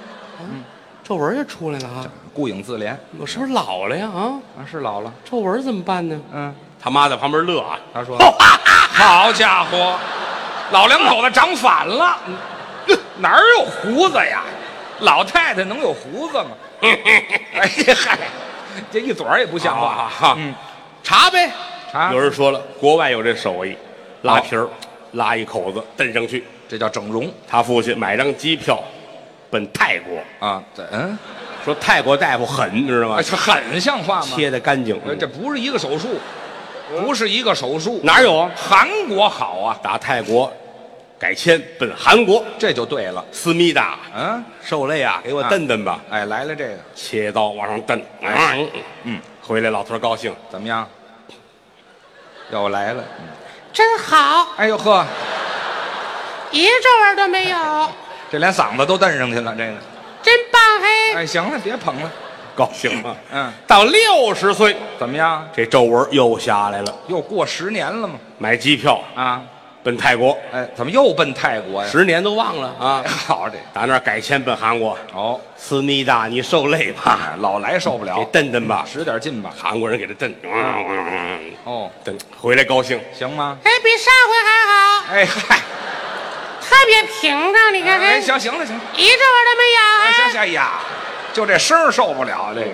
Speaker 2: 皱纹也出来了啊！
Speaker 1: 顾影自怜
Speaker 2: 我是不是老了呀？啊，
Speaker 1: 啊，是老了，
Speaker 2: 皱纹怎么办呢？
Speaker 1: 嗯，
Speaker 2: 他妈在旁边乐啊，
Speaker 1: 他说，好家伙，老两口子长反了，哪儿有胡子呀？老太太能有胡子吗？哎呀嗨，这一嘴儿也不像话啊
Speaker 2: 啊啊
Speaker 1: 嗯，
Speaker 2: 查呗。
Speaker 1: 查
Speaker 2: 有人说了，国外有这手艺，拉皮儿，拉一口子蹬上去。
Speaker 1: 这叫整容
Speaker 2: 他父亲买张机票，奔泰国，
Speaker 1: 啊，这嗯。
Speaker 2: 说泰国大夫狠，你知道吗
Speaker 1: 哎，？这很像话吗？
Speaker 2: 切的干净，
Speaker 1: 呃这不是一个手术，不是一个手术。
Speaker 2: 哪有啊？
Speaker 1: 韩国好啊，
Speaker 2: 打泰国改签奔韩国，
Speaker 1: 这就对了。
Speaker 2: 思密达。
Speaker 1: 嗯，
Speaker 2: 受累啊，给我蹬蹬吧，
Speaker 1: 哎，来了这个
Speaker 2: 切刀往上蹬，
Speaker 1: 哎
Speaker 2: 嗯嗯，回来老头儿高兴，
Speaker 1: 怎么样？又来了。嗯
Speaker 3: 真好，
Speaker 1: 哎呦呵，
Speaker 3: 一个皱纹都没有，
Speaker 1: 这连嗓子都蹬上去了。这个，
Speaker 3: 真棒嘿！
Speaker 1: 哎，行了，别捧了。
Speaker 2: 高兴啊。
Speaker 1: 嗯，
Speaker 2: 到六十岁，
Speaker 1: 怎么样？
Speaker 2: 这皱纹又下来了，
Speaker 1: 又过十年了吗？
Speaker 2: 买机票
Speaker 1: 啊，
Speaker 2: 奔泰国，
Speaker 1: 哎，怎么又奔泰国呀？
Speaker 2: 十年都忘了啊
Speaker 1: 哎，。 好这
Speaker 2: 打那儿改签奔韩国，
Speaker 1: 哦，
Speaker 2: 思密达，你受累吧，
Speaker 1: 哎 老来受不
Speaker 2: 给
Speaker 1: 了，
Speaker 2: 蹬蹬吧。
Speaker 1: 使点劲吧。
Speaker 2: 韩国人给他蹬，嗯
Speaker 1: 哦，
Speaker 2: 蹬回来高兴，
Speaker 1: 行吗？
Speaker 3: 哎，比上回还好，
Speaker 1: 哎嗨，
Speaker 3: 特别平整，你看看，
Speaker 1: 哎，
Speaker 3: 一个皱
Speaker 1: 行行了，行了。
Speaker 3: 纹都没有
Speaker 1: 哎，行
Speaker 3: 啊！
Speaker 1: 行哎呀，就这声儿受不了这个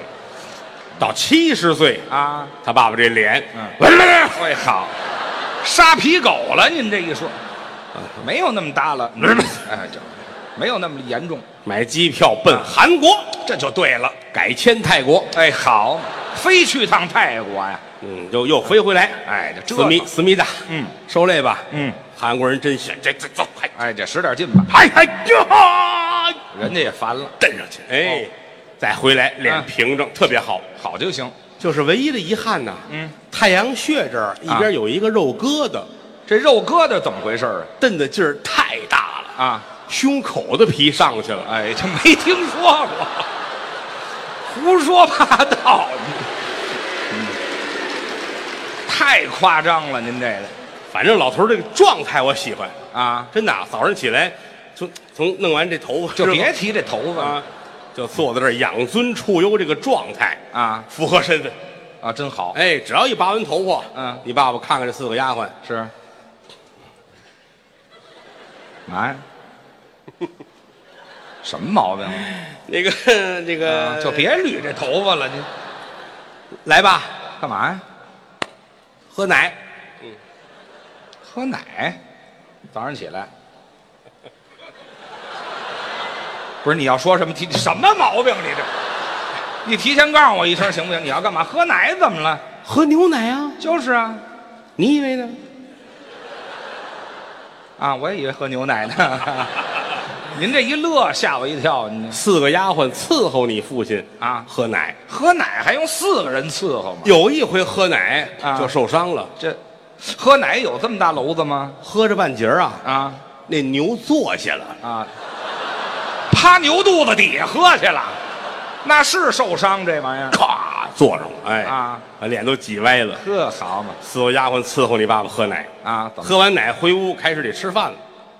Speaker 2: 到七十岁，
Speaker 1: 啊！
Speaker 2: 他爸爸这脸，
Speaker 1: 嗯
Speaker 2: 嗯，
Speaker 1: 哎好，杀皮狗了，您这一说，没有那么大了，啊 哎，这没有那么严重，
Speaker 2: 买机票奔韩国，
Speaker 1: 这就对了。
Speaker 2: 改签泰国，
Speaker 1: 哎，好，非去趟泰国呀？
Speaker 2: 嗯，又又飞回来，
Speaker 1: 哎，这
Speaker 2: 思
Speaker 1: 折
Speaker 2: 密
Speaker 1: 腾，
Speaker 2: 思密达，
Speaker 1: 嗯，
Speaker 2: 受累吧，
Speaker 1: 嗯，
Speaker 2: 韩国人真闲，这这走，快，
Speaker 1: 哎，这哎使点劲吧，
Speaker 2: 嗨嗨 呀，
Speaker 1: 人家也烦了，
Speaker 2: 蹬上去，哎，啊再回来脸平整，特别好。
Speaker 1: 好就行。
Speaker 2: 就是唯一的遗憾呐，
Speaker 1: 嗯，
Speaker 2: 太阳穴这儿一边有一个肉疙瘩，
Speaker 1: 这肉疙瘩怎么回事儿
Speaker 2: 蹬的劲儿太大了，
Speaker 1: 啊？啊，
Speaker 2: 胸口的皮上去了，
Speaker 1: 哎，这没听说过，胡说八道，嗯太夸张了，您这个
Speaker 2: 反正老头儿这个状态我喜欢，
Speaker 1: 啊，
Speaker 2: 真的啊，早上起来从从弄完这头发
Speaker 1: 就
Speaker 2: 之后
Speaker 1: 别提这头发了
Speaker 2: 啊，就坐在这儿养尊处优这个状态，
Speaker 1: 啊
Speaker 2: 符合身份。
Speaker 1: 啊，真好，
Speaker 2: 哎，只要一拔完头发，
Speaker 1: 嗯
Speaker 2: 你爸爸看看这四个丫鬟，
Speaker 1: 是，嘛呀？什么毛病啊、
Speaker 2: 那个 那个、
Speaker 1: 啊就别捋这头发了，你
Speaker 2: 来吧，
Speaker 1: 干嘛呀？
Speaker 2: 喝奶。
Speaker 1: 喝奶？早上起来？不是你要说什么提什么毛病？你这，你提前告诉我一声行不行？你要干嘛？喝奶怎么了？
Speaker 2: 喝牛奶啊？
Speaker 1: 就是啊，
Speaker 2: 你以为呢？
Speaker 1: 啊，我也以为喝牛奶呢。 您这一乐吓我一跳，您这
Speaker 2: 四个丫鬟伺候你父亲
Speaker 1: 啊
Speaker 2: 喝奶。
Speaker 1: 喝奶还用四个人伺候吗？
Speaker 2: 有一回喝奶
Speaker 1: 啊
Speaker 2: 就受伤了，
Speaker 1: 这喝奶有这么大篓子吗？
Speaker 2: 喝着半截儿啊，
Speaker 1: 啊
Speaker 2: 那牛坐下了，
Speaker 1: 啊，趴牛肚子底下喝去了，那是受伤这玩意儿。
Speaker 2: 咔坐上了，哎
Speaker 1: 啊，
Speaker 2: 把脸都挤歪了。
Speaker 1: 呵，好嘛
Speaker 2: 伺候丫鬟伺候你爸爸喝奶，
Speaker 1: 啊，怎么
Speaker 2: 喝完奶回屋开始得吃饭了。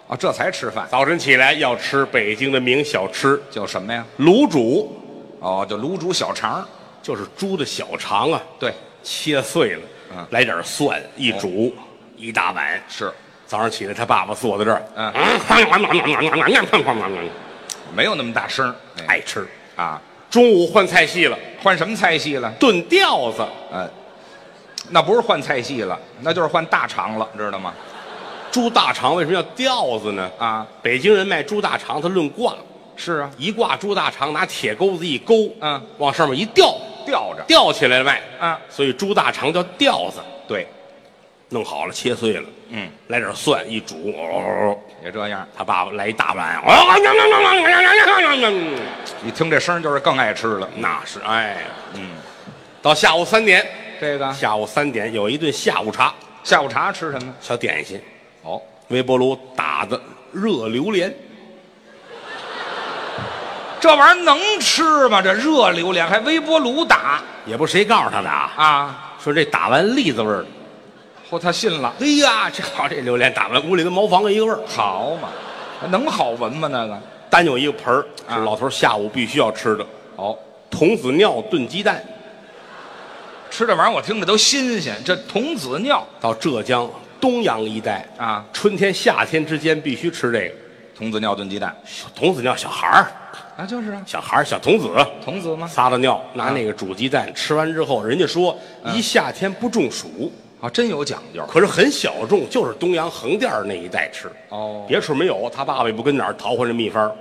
Speaker 1: 啊？这才吃饭
Speaker 2: 早晨起来要吃北京的名小吃
Speaker 1: 叫什么呀？
Speaker 2: 卤煮，
Speaker 1: 哦，就卤煮小肠儿。
Speaker 2: 就是猪的小肠啊，
Speaker 1: 对，
Speaker 2: 切碎了，
Speaker 1: 嗯
Speaker 2: 来点蒜一煮，一大碗。
Speaker 1: 是
Speaker 2: 早上起来，他爸爸坐在这儿，
Speaker 1: 嗯
Speaker 2: 嗯，
Speaker 1: 没有那么大声儿。
Speaker 2: 爱吃。
Speaker 1: 啊，
Speaker 2: 中午换菜系了，
Speaker 1: 换什么菜系了？
Speaker 2: 炖吊子，
Speaker 1: 呃，那不是换菜系了，那就是换大肠了，知道吗？
Speaker 2: 猪大肠为什么叫吊子呢？
Speaker 1: 啊，
Speaker 2: 北京人卖猪大肠，他论挂，
Speaker 1: 是啊，
Speaker 2: 一挂猪大肠，拿铁钩子一勾，
Speaker 1: 嗯，
Speaker 2: 往上面一吊，
Speaker 1: 吊着
Speaker 2: 吊起来卖，
Speaker 1: 啊，
Speaker 2: 所以猪大肠叫吊子。
Speaker 1: 对，
Speaker 2: 弄好了切碎了，
Speaker 1: 嗯，
Speaker 2: 来点蒜一煮，哦，
Speaker 1: 也这样。
Speaker 2: 他爸爸来一大碗，哦，
Speaker 1: 一听这声儿就是更爱吃了。
Speaker 2: 那是哎，嗯，到下午三点，
Speaker 1: 这个
Speaker 2: 下午三点有一顿下午茶，
Speaker 1: 下午茶吃什么？
Speaker 2: 小点心，
Speaker 1: 哦，
Speaker 2: 微波炉打的热榴莲，
Speaker 1: 这玩意儿能吃吗？这热榴莲还微波炉打
Speaker 2: 也不谁告诉他的啊，
Speaker 1: 啊！
Speaker 2: 说这打完栗子味儿的，
Speaker 1: 嚯，哦他信了，
Speaker 2: 哎呀，这好这榴莲打完屋里跟茅房一个味儿，
Speaker 1: 好嘛，能好闻吗？那个
Speaker 2: 单有一个盆儿
Speaker 1: 啊
Speaker 2: 是老头下午必须要吃的，
Speaker 1: 哦，
Speaker 2: 童子尿炖鸡蛋，
Speaker 1: 吃这玩意儿我听着都新鲜。这童子尿
Speaker 2: 到浙江东阳一带
Speaker 1: 啊，
Speaker 2: 春天夏天之间必须吃这个
Speaker 1: 童子尿炖鸡蛋
Speaker 2: 小童子尿，小孩儿
Speaker 1: 啊，就是啊，
Speaker 2: 小孩儿小童子。
Speaker 1: 童子吗？
Speaker 2: 撒了尿，
Speaker 1: 啊
Speaker 2: 拿那个煮鸡蛋，吃完之后，人家说一夏天不中暑，
Speaker 1: 啊，真有讲究
Speaker 2: 可是很小众，就是东阳横店儿那一带吃，
Speaker 1: 哦。
Speaker 2: 别处没有。他爸爸也不跟哪儿淘换这秘方儿，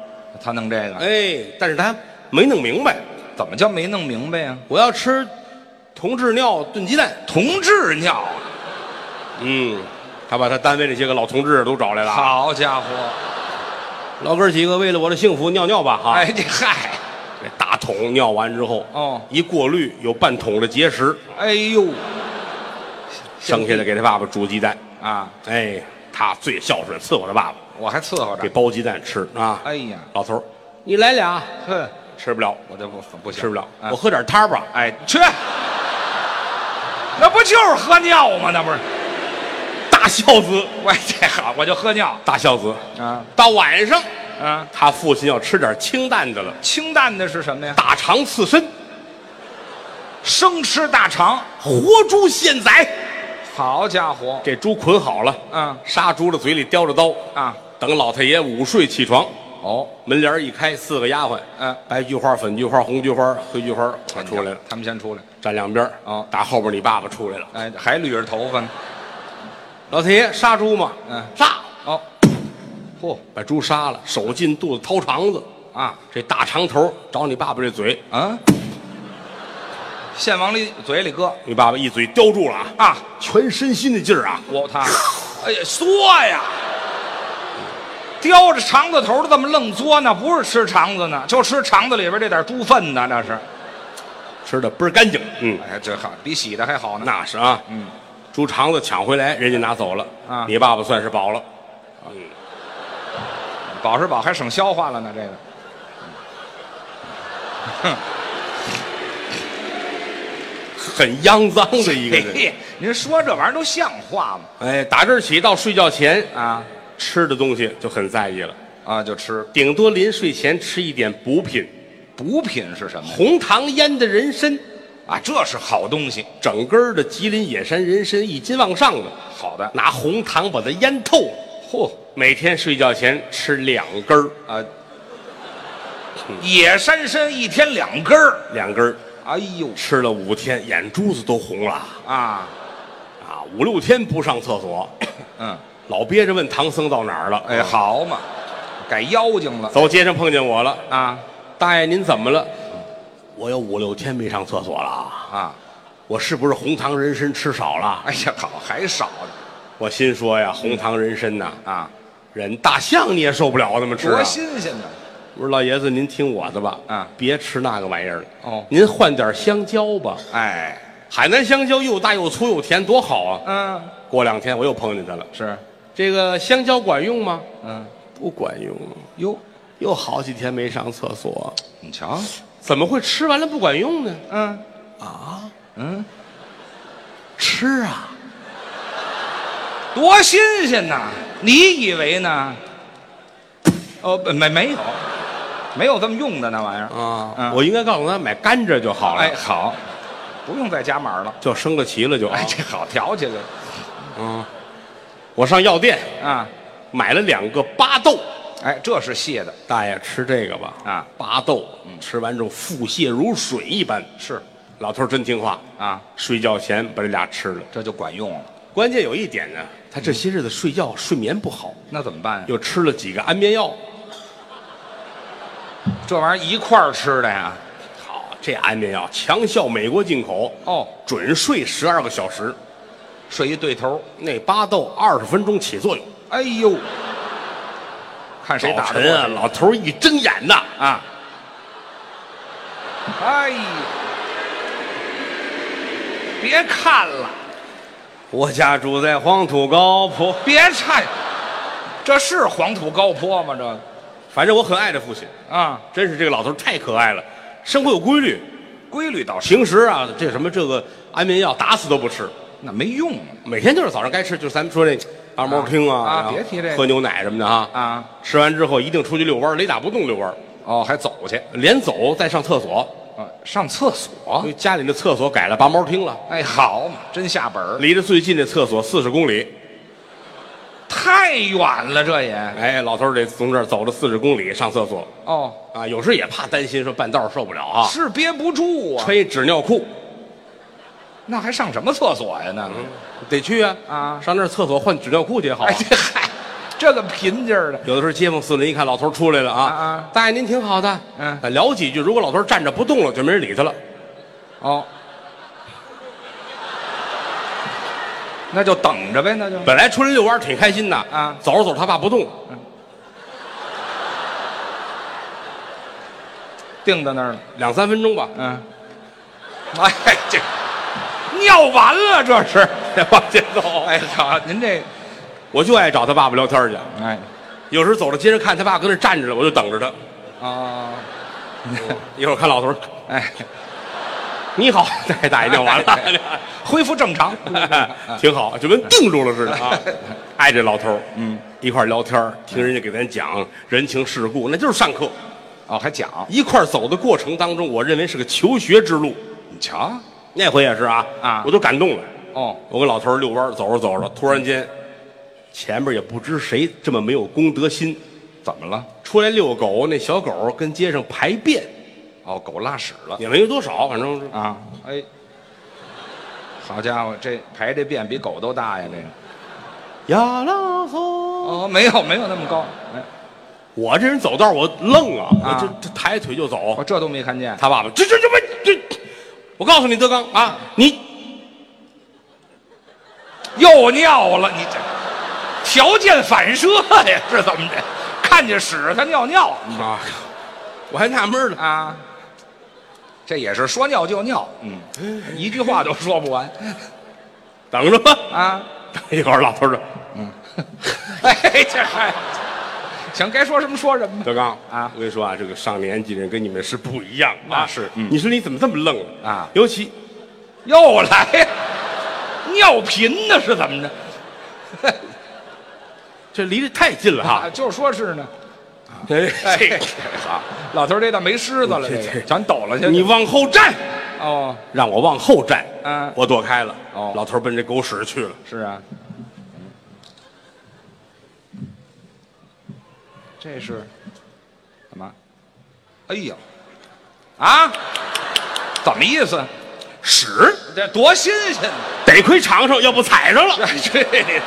Speaker 1: 他弄这个
Speaker 2: 哎，但是他没弄明白，
Speaker 1: 怎么叫没弄明白呀、
Speaker 2: 我要吃同志尿炖鸡蛋。
Speaker 1: 同志尿啊，
Speaker 2: 嗯，他把他单位那些个老同志都找来了啊，
Speaker 1: 好家伙！
Speaker 2: 老哥几个为了我的幸福尿尿吧哈，
Speaker 1: 哎，这嗨，
Speaker 2: 这大桶尿完之后，
Speaker 1: 哦
Speaker 2: 一过滤有半桶的结石，
Speaker 1: 哎呦
Speaker 2: 剩下的给他爸爸煮鸡蛋，
Speaker 1: 啊，
Speaker 2: 哎，他最孝顺，伺候他爸爸。
Speaker 1: 我还伺候着
Speaker 2: 给。包鸡蛋吃啊！
Speaker 1: 哎呀，
Speaker 2: 老头儿，你来俩，
Speaker 1: 哼，
Speaker 2: 吃不了，
Speaker 1: 我这不不行，
Speaker 2: 吃不了，
Speaker 1: 啊
Speaker 2: 我喝点汤吧。
Speaker 1: 哎，去，那不就是喝尿吗？那不是，
Speaker 2: 大孝子，
Speaker 1: 我这好，我就喝尿
Speaker 2: 大孝子，
Speaker 1: 啊
Speaker 2: 到晚上，
Speaker 1: 啊！
Speaker 2: 他父亲要吃点清淡的了，
Speaker 1: 清淡的是什么呀？
Speaker 2: 大肠刺身，
Speaker 1: 生吃大肠，
Speaker 2: 活猪现宰。
Speaker 1: 好家伙，
Speaker 2: 这猪捆好了，
Speaker 1: 嗯
Speaker 2: 杀猪的嘴里叼着刀，
Speaker 1: 啊，
Speaker 2: 等老太爷午睡起床，
Speaker 1: 哦，
Speaker 2: 门帘一开，四个丫鬟，
Speaker 1: 嗯，
Speaker 2: 白菊花、粉菊花、红菊花、黑菊花出来了，
Speaker 1: 他们先出来，
Speaker 2: 站两边儿
Speaker 1: 哦
Speaker 2: 打后边你爸爸出来了。
Speaker 1: 哎，还捋着头发呢，
Speaker 2: 老太爷杀猪吗？
Speaker 1: 嗯
Speaker 2: 杀，
Speaker 1: 哦，嚯
Speaker 2: 把猪杀了，手进肚子掏肠子。
Speaker 1: 啊
Speaker 2: 这大长头找你爸爸这嘴，
Speaker 1: 啊，先往里嘴里搁
Speaker 2: 你爸爸一嘴叼住了啊，
Speaker 1: 啊，
Speaker 2: 全身心的劲儿啊，
Speaker 1: 我他，哎呀，嘬呀！叼着肠子头的这么愣嘬呢，不是吃肠子呢，就吃肠子里边这点猪粪呢，那是。
Speaker 2: 吃的倍儿干净。嗯，
Speaker 1: 哎，这好，比洗的还好呢。
Speaker 2: 那是啊，
Speaker 1: 嗯，
Speaker 2: 猪肠子抢回来，人家拿走了
Speaker 1: 啊
Speaker 2: 你爸爸算是饱了。
Speaker 1: 饱是饱，还省消化了呢。这个
Speaker 2: 很肮脏的一个人。
Speaker 1: 嘿您说这玩意儿都像话吗？
Speaker 2: 哎，打这儿起到睡觉前
Speaker 1: 啊
Speaker 2: 吃的东西就很在意了，
Speaker 1: 啊，就吃
Speaker 2: 顶多临睡前吃一点补品，
Speaker 1: 补品是什么呀？
Speaker 2: 红糖腌的人参，
Speaker 1: 啊，这是好东西，
Speaker 2: 整根儿的吉林野山人参一斤往上的，
Speaker 1: 好的。
Speaker 2: 拿红糖把它腌透了，
Speaker 1: 嚯
Speaker 2: 每天睡觉前吃两根儿，
Speaker 1: 啊！野山参一天两根儿，
Speaker 2: 两根儿。
Speaker 1: 哎呦
Speaker 2: 吃了五天，眼珠子都红了
Speaker 1: 啊，
Speaker 2: 啊！五六天不上厕所，
Speaker 1: 嗯，
Speaker 2: 老憋着问唐僧到哪儿了。
Speaker 1: 哎，好嘛，改妖精了
Speaker 2: 走街上碰见我了，
Speaker 1: 啊
Speaker 2: 大爷您怎么了？我有五六天没上厕所了啊，
Speaker 1: 啊！
Speaker 2: 我是不是红糖人参吃少了？
Speaker 1: 哎呀，好，还少呢
Speaker 2: 我心说呀，红糖人参呐，
Speaker 1: 啊，
Speaker 2: 忍大象你也受不了那么吃、啊
Speaker 1: 多。新鲜呢！
Speaker 2: 我说老爷子您听我的吧，
Speaker 1: 啊
Speaker 2: 别吃那个玩意儿了。
Speaker 1: 哦
Speaker 2: 您换点香蕉吧，
Speaker 1: 哎，
Speaker 2: 海南香蕉又大又粗又甜，多好啊！
Speaker 1: 嗯，
Speaker 2: 过两天我又碰见他了，
Speaker 1: 是，
Speaker 2: 这个香蕉管用吗？
Speaker 1: 嗯，
Speaker 2: 不管用，
Speaker 1: 哟，
Speaker 2: 又好几天没上厕所，
Speaker 1: 你瞧，
Speaker 2: 怎么会吃完了不管用呢？
Speaker 1: 嗯
Speaker 2: 啊，
Speaker 1: 嗯。
Speaker 2: 吃啊！
Speaker 1: 多新鲜呐！你以为呢？哦，不没没有，没有这么用的那玩意儿
Speaker 2: 啊，
Speaker 1: 嗯
Speaker 2: 我应该告诉他买甘蔗就好了，
Speaker 1: 哎，好，不用再加码了。
Speaker 2: 就升了旗了就。
Speaker 1: 哎，这好调起来了
Speaker 2: 啊，我上药店
Speaker 1: 啊！
Speaker 2: 买了两个巴豆，
Speaker 1: 哎，这是蟹的
Speaker 2: 大爷吃这个吧。
Speaker 1: 啊，
Speaker 2: 巴豆，吃完之后腹泻如水一般。
Speaker 1: 是
Speaker 2: 老头儿真听话，
Speaker 1: 啊，
Speaker 2: 睡觉前把这俩吃了。
Speaker 1: 这就管用了。
Speaker 2: 关键有一点呢，他这些日子睡觉睡眠不好，
Speaker 1: 那怎么办呀？
Speaker 2: 又吃了几个安眠药。
Speaker 1: 这玩意儿一块儿吃的呀？
Speaker 2: 好，这安眠药强效美国进口，
Speaker 1: 哦，
Speaker 2: 准睡十二个小时，
Speaker 1: 睡一对头。
Speaker 2: 那巴豆二十分钟起作用。
Speaker 1: 哎呦，看谁
Speaker 2: 早
Speaker 1: 打得
Speaker 2: 晨啊，
Speaker 1: 过
Speaker 2: 老头儿一睁眼呐，
Speaker 1: 谁啊！哎呀，别看了，
Speaker 2: 我家住在黄土高坡，
Speaker 1: 别看，这是黄土高坡吗？这
Speaker 2: 反正我很爱这父亲，
Speaker 1: 啊，
Speaker 2: 真是这个老头儿太可爱了，生活有规律。
Speaker 1: 规律倒是
Speaker 2: 平时啊，这什么这个安眠药打死都不吃，
Speaker 1: 那没用
Speaker 2: 每天就是早上该吃，就是咱们说那按摩厅啊，
Speaker 1: 啊啊
Speaker 2: 然后
Speaker 1: 别提这个
Speaker 2: 喝牛奶什么的啊
Speaker 1: 啊啊！
Speaker 2: 吃完之后一定出去遛弯儿，雷打不动遛弯儿，
Speaker 1: 哦，还走去
Speaker 2: 连走再上厕所。
Speaker 1: 啊，上厕所
Speaker 2: 因。为家里的厕所改了拔毛厅了，
Speaker 1: 哎，好嘛，真下本儿，
Speaker 2: 离着最近的厕所四十公里。
Speaker 1: 太远了，这也
Speaker 2: 哎，老头儿得从这儿走了四十公里上厕所
Speaker 1: 哦，
Speaker 2: 啊，有时候也怕担心说半道儿受不了啊，
Speaker 1: 是憋不住啊，
Speaker 2: 穿一纸尿裤
Speaker 1: 那还上什么厕所呀？那个，
Speaker 2: 得去啊
Speaker 1: 啊
Speaker 2: 上那儿厕所换纸尿裤去也好啊
Speaker 1: 哎，。这嗨，这个贫劲儿的，
Speaker 2: 有的时候街坊四邻一看老头儿出来了啊，
Speaker 1: 啊啊
Speaker 2: 大爷您挺好的，
Speaker 1: 嗯
Speaker 2: 啊聊几句。如果老头儿站着不动了，就没人理他了。
Speaker 1: 哦，那就等着呗，那就
Speaker 2: 本来出来遛弯儿挺开心的
Speaker 1: 啊
Speaker 2: 走着走着他爸不动，
Speaker 1: 定在那儿了。
Speaker 2: 两三分钟吧，
Speaker 1: 嗯，哎，这尿完了，这是。
Speaker 2: 再往前走。
Speaker 1: 哎呀，您这
Speaker 2: 我就爱找他爸爸聊天儿去。
Speaker 1: 哎
Speaker 2: 有时候走到街上看他爸搁那儿站着了，我就等着他。
Speaker 1: 啊，
Speaker 2: 一会儿看老头儿，
Speaker 1: 哎，
Speaker 2: 你好， 大爷大爷尿完
Speaker 1: 哎
Speaker 2: 了，
Speaker 1: 恢复正常。
Speaker 2: 挺好，就跟定住了似的啊。爱这老头儿，嗯，一块儿聊天儿听人家给咱讲人情世故，那就是上课。
Speaker 1: 哦，还讲，
Speaker 2: 一块儿走的过程当中，我认为是个求学之路。
Speaker 1: 你瞧，
Speaker 2: 那回也是啊，
Speaker 1: 啊
Speaker 2: 我都感动了。
Speaker 1: 哦，
Speaker 2: 我跟老头儿遛弯儿，走着走着，突然间，前面也不知谁这么没有公德心，
Speaker 1: 怎么了？
Speaker 2: 出来遛狗，那小狗跟街上排便，
Speaker 1: 哦，狗拉屎了
Speaker 2: 也没多少，反正是
Speaker 1: 啊！哎，好家伙，这排这便比狗都大呀！这个
Speaker 2: 呀啦嗦。
Speaker 1: 哦，没有没有那么高，哎
Speaker 2: 我这人走道儿我愣啊，
Speaker 1: 啊
Speaker 2: 我这这抬腿就走
Speaker 1: 我。这都没看见。
Speaker 2: 他爸爸，这这这这这，我告诉你，德刚啊，你
Speaker 1: 又尿了，你这条件反射呀，是怎么着？看见屎他尿尿
Speaker 2: 啊，我还纳闷呢。
Speaker 1: 啊，这也是说尿就尿，嗯，一句话都说不完
Speaker 2: 等着吧，
Speaker 1: 啊。
Speaker 2: 等一会儿老头儿说，
Speaker 1: 哎，这还行，该说什么说什么吧。
Speaker 2: 德刚
Speaker 1: 啊
Speaker 2: 我跟你说啊，这个上年纪人跟你们是不一样啊
Speaker 1: 那是嗯
Speaker 2: 你说你怎么这么愣啊？
Speaker 1: 啊
Speaker 2: 尤其
Speaker 1: 又来呀，尿频呢是怎么着？
Speaker 2: 这离得太近了
Speaker 1: 啊，
Speaker 2: 哈。
Speaker 1: 就说是呢。
Speaker 2: 哎
Speaker 1: 哎
Speaker 2: 这，
Speaker 1: 好，老头儿这倒没狮子了，这
Speaker 2: 这这
Speaker 1: 个全抖了去。
Speaker 2: 你往后站，
Speaker 1: 哦，
Speaker 2: 让我往后站。
Speaker 1: 嗯
Speaker 2: 我躲开了。
Speaker 1: 哦
Speaker 2: 老头儿奔这狗屎去了。
Speaker 1: 是啊，这是干嘛？哎呀，啊，怎么意思？
Speaker 2: 屎，
Speaker 1: 这多新鲜！
Speaker 2: 得亏尝上，要不踩上了。
Speaker 1: 这这